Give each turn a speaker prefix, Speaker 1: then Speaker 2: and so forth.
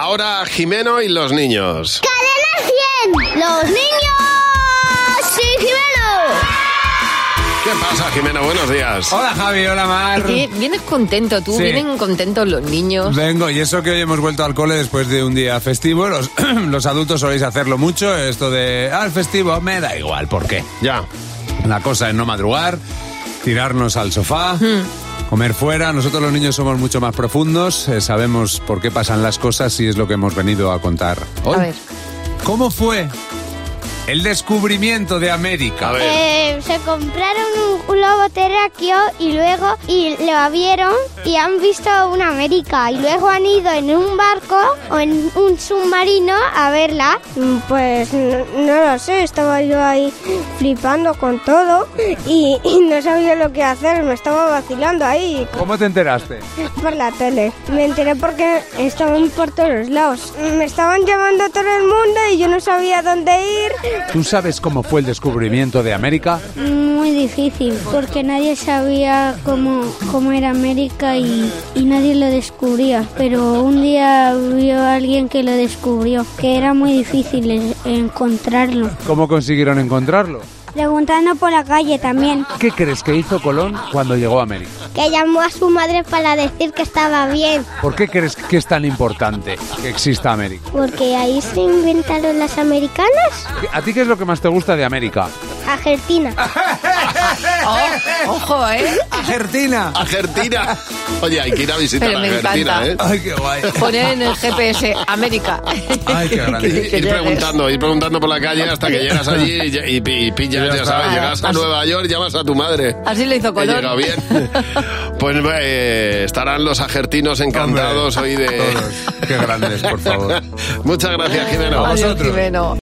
Speaker 1: Ahora Jimeno y los niños.
Speaker 2: ¡Cadena 100! ¡Los niños! ¡Sí, Jimeno!
Speaker 1: ¿Qué pasa, Jimeno? Buenos días.
Speaker 3: Hola Javi, hola Mar.
Speaker 4: Que Vienes contento tú,
Speaker 3: Sí.
Speaker 4: vienen contentos los niños.
Speaker 3: Vengo, y eso que hoy hemos vuelto al cole después de un día festivo, los, los adultos soléis hacerlo mucho, esto de, al festivo me da igual, ¿por qué?
Speaker 1: Ya.
Speaker 3: La cosa es no madrugar, tirarnos al sofá,
Speaker 4: Hmm.
Speaker 3: comer fuera. Nosotros los niños somos mucho más profundos, eh, sabemos por qué pasan las cosas y es lo que hemos venido a contar hoy.
Speaker 4: A ver.
Speaker 3: ¿Cómo fue el descubrimiento de América?
Speaker 1: A ver.
Speaker 2: Eh, se compraron un globo terráqueo y luego y lo vieron y han visto una América y luego han ido en un barco o en un submarino a verla. Mm,
Speaker 5: Pues no, no lo sé, estaba yo ahí flipando con todo y, y no sabía lo que hacer, me estaba vacilando ahí
Speaker 3: ¿Cómo te enteraste?
Speaker 5: por la tele. Me enteré porque estaban por todos lados.
Speaker 2: Mm,
Speaker 5: Me estaban llamando todo el mundo y yo no sabía dónde ir.
Speaker 3: ¿Tú sabes cómo fue el descubrimiento de América?
Speaker 2: Muy difícil, porque nadie sabía cómo, cómo era América y, y nadie lo descubría. Pero un día vio a alguien que lo descubrió, que era muy difícil en- encontrarlo.
Speaker 3: ¿Cómo consiguieron encontrarlo?
Speaker 2: Preguntando por la calle también.
Speaker 3: ¿Qué crees que hizo Colón cuando llegó a América?
Speaker 2: Que llamó a su madre para decir que estaba bien.
Speaker 3: ¿Por qué crees que es tan importante que exista América?
Speaker 2: Porque ahí se inventaron las americanas.
Speaker 3: ¿A ti qué es lo que más te gusta de América?
Speaker 2: Argentina.
Speaker 4: Ojo, ¿eh?
Speaker 3: Argentina.
Speaker 1: Argentina. Oye, hay que ir a visitar
Speaker 4: Pero me
Speaker 1: Argentina, ¿eh?
Speaker 4: encanta.
Speaker 3: Ay, qué guay.
Speaker 4: Poner en el GPS América.
Speaker 3: Ay, qué grande.
Speaker 4: Que-
Speaker 1: Ir,
Speaker 4: que
Speaker 1: ir
Speaker 4: llegues.
Speaker 1: preguntando, ir preguntando por la calle hasta que llegas allí y, y- y- y pillas,
Speaker 3: Ya
Speaker 1: ya,
Speaker 3: está.
Speaker 1: sabes, llegas a Nueva York, llamas a tu madre.
Speaker 4: Así lo hizo
Speaker 1: He llegado
Speaker 4: Colón.
Speaker 1: bien. Pues eh, estarán los argentinos encantados hoy de...
Speaker 3: Qué grandes, por favor.
Speaker 1: Muchas gracias, Jimeno.
Speaker 3: A
Speaker 4: Adiós,
Speaker 3: vosotros.
Speaker 4: Jimeno.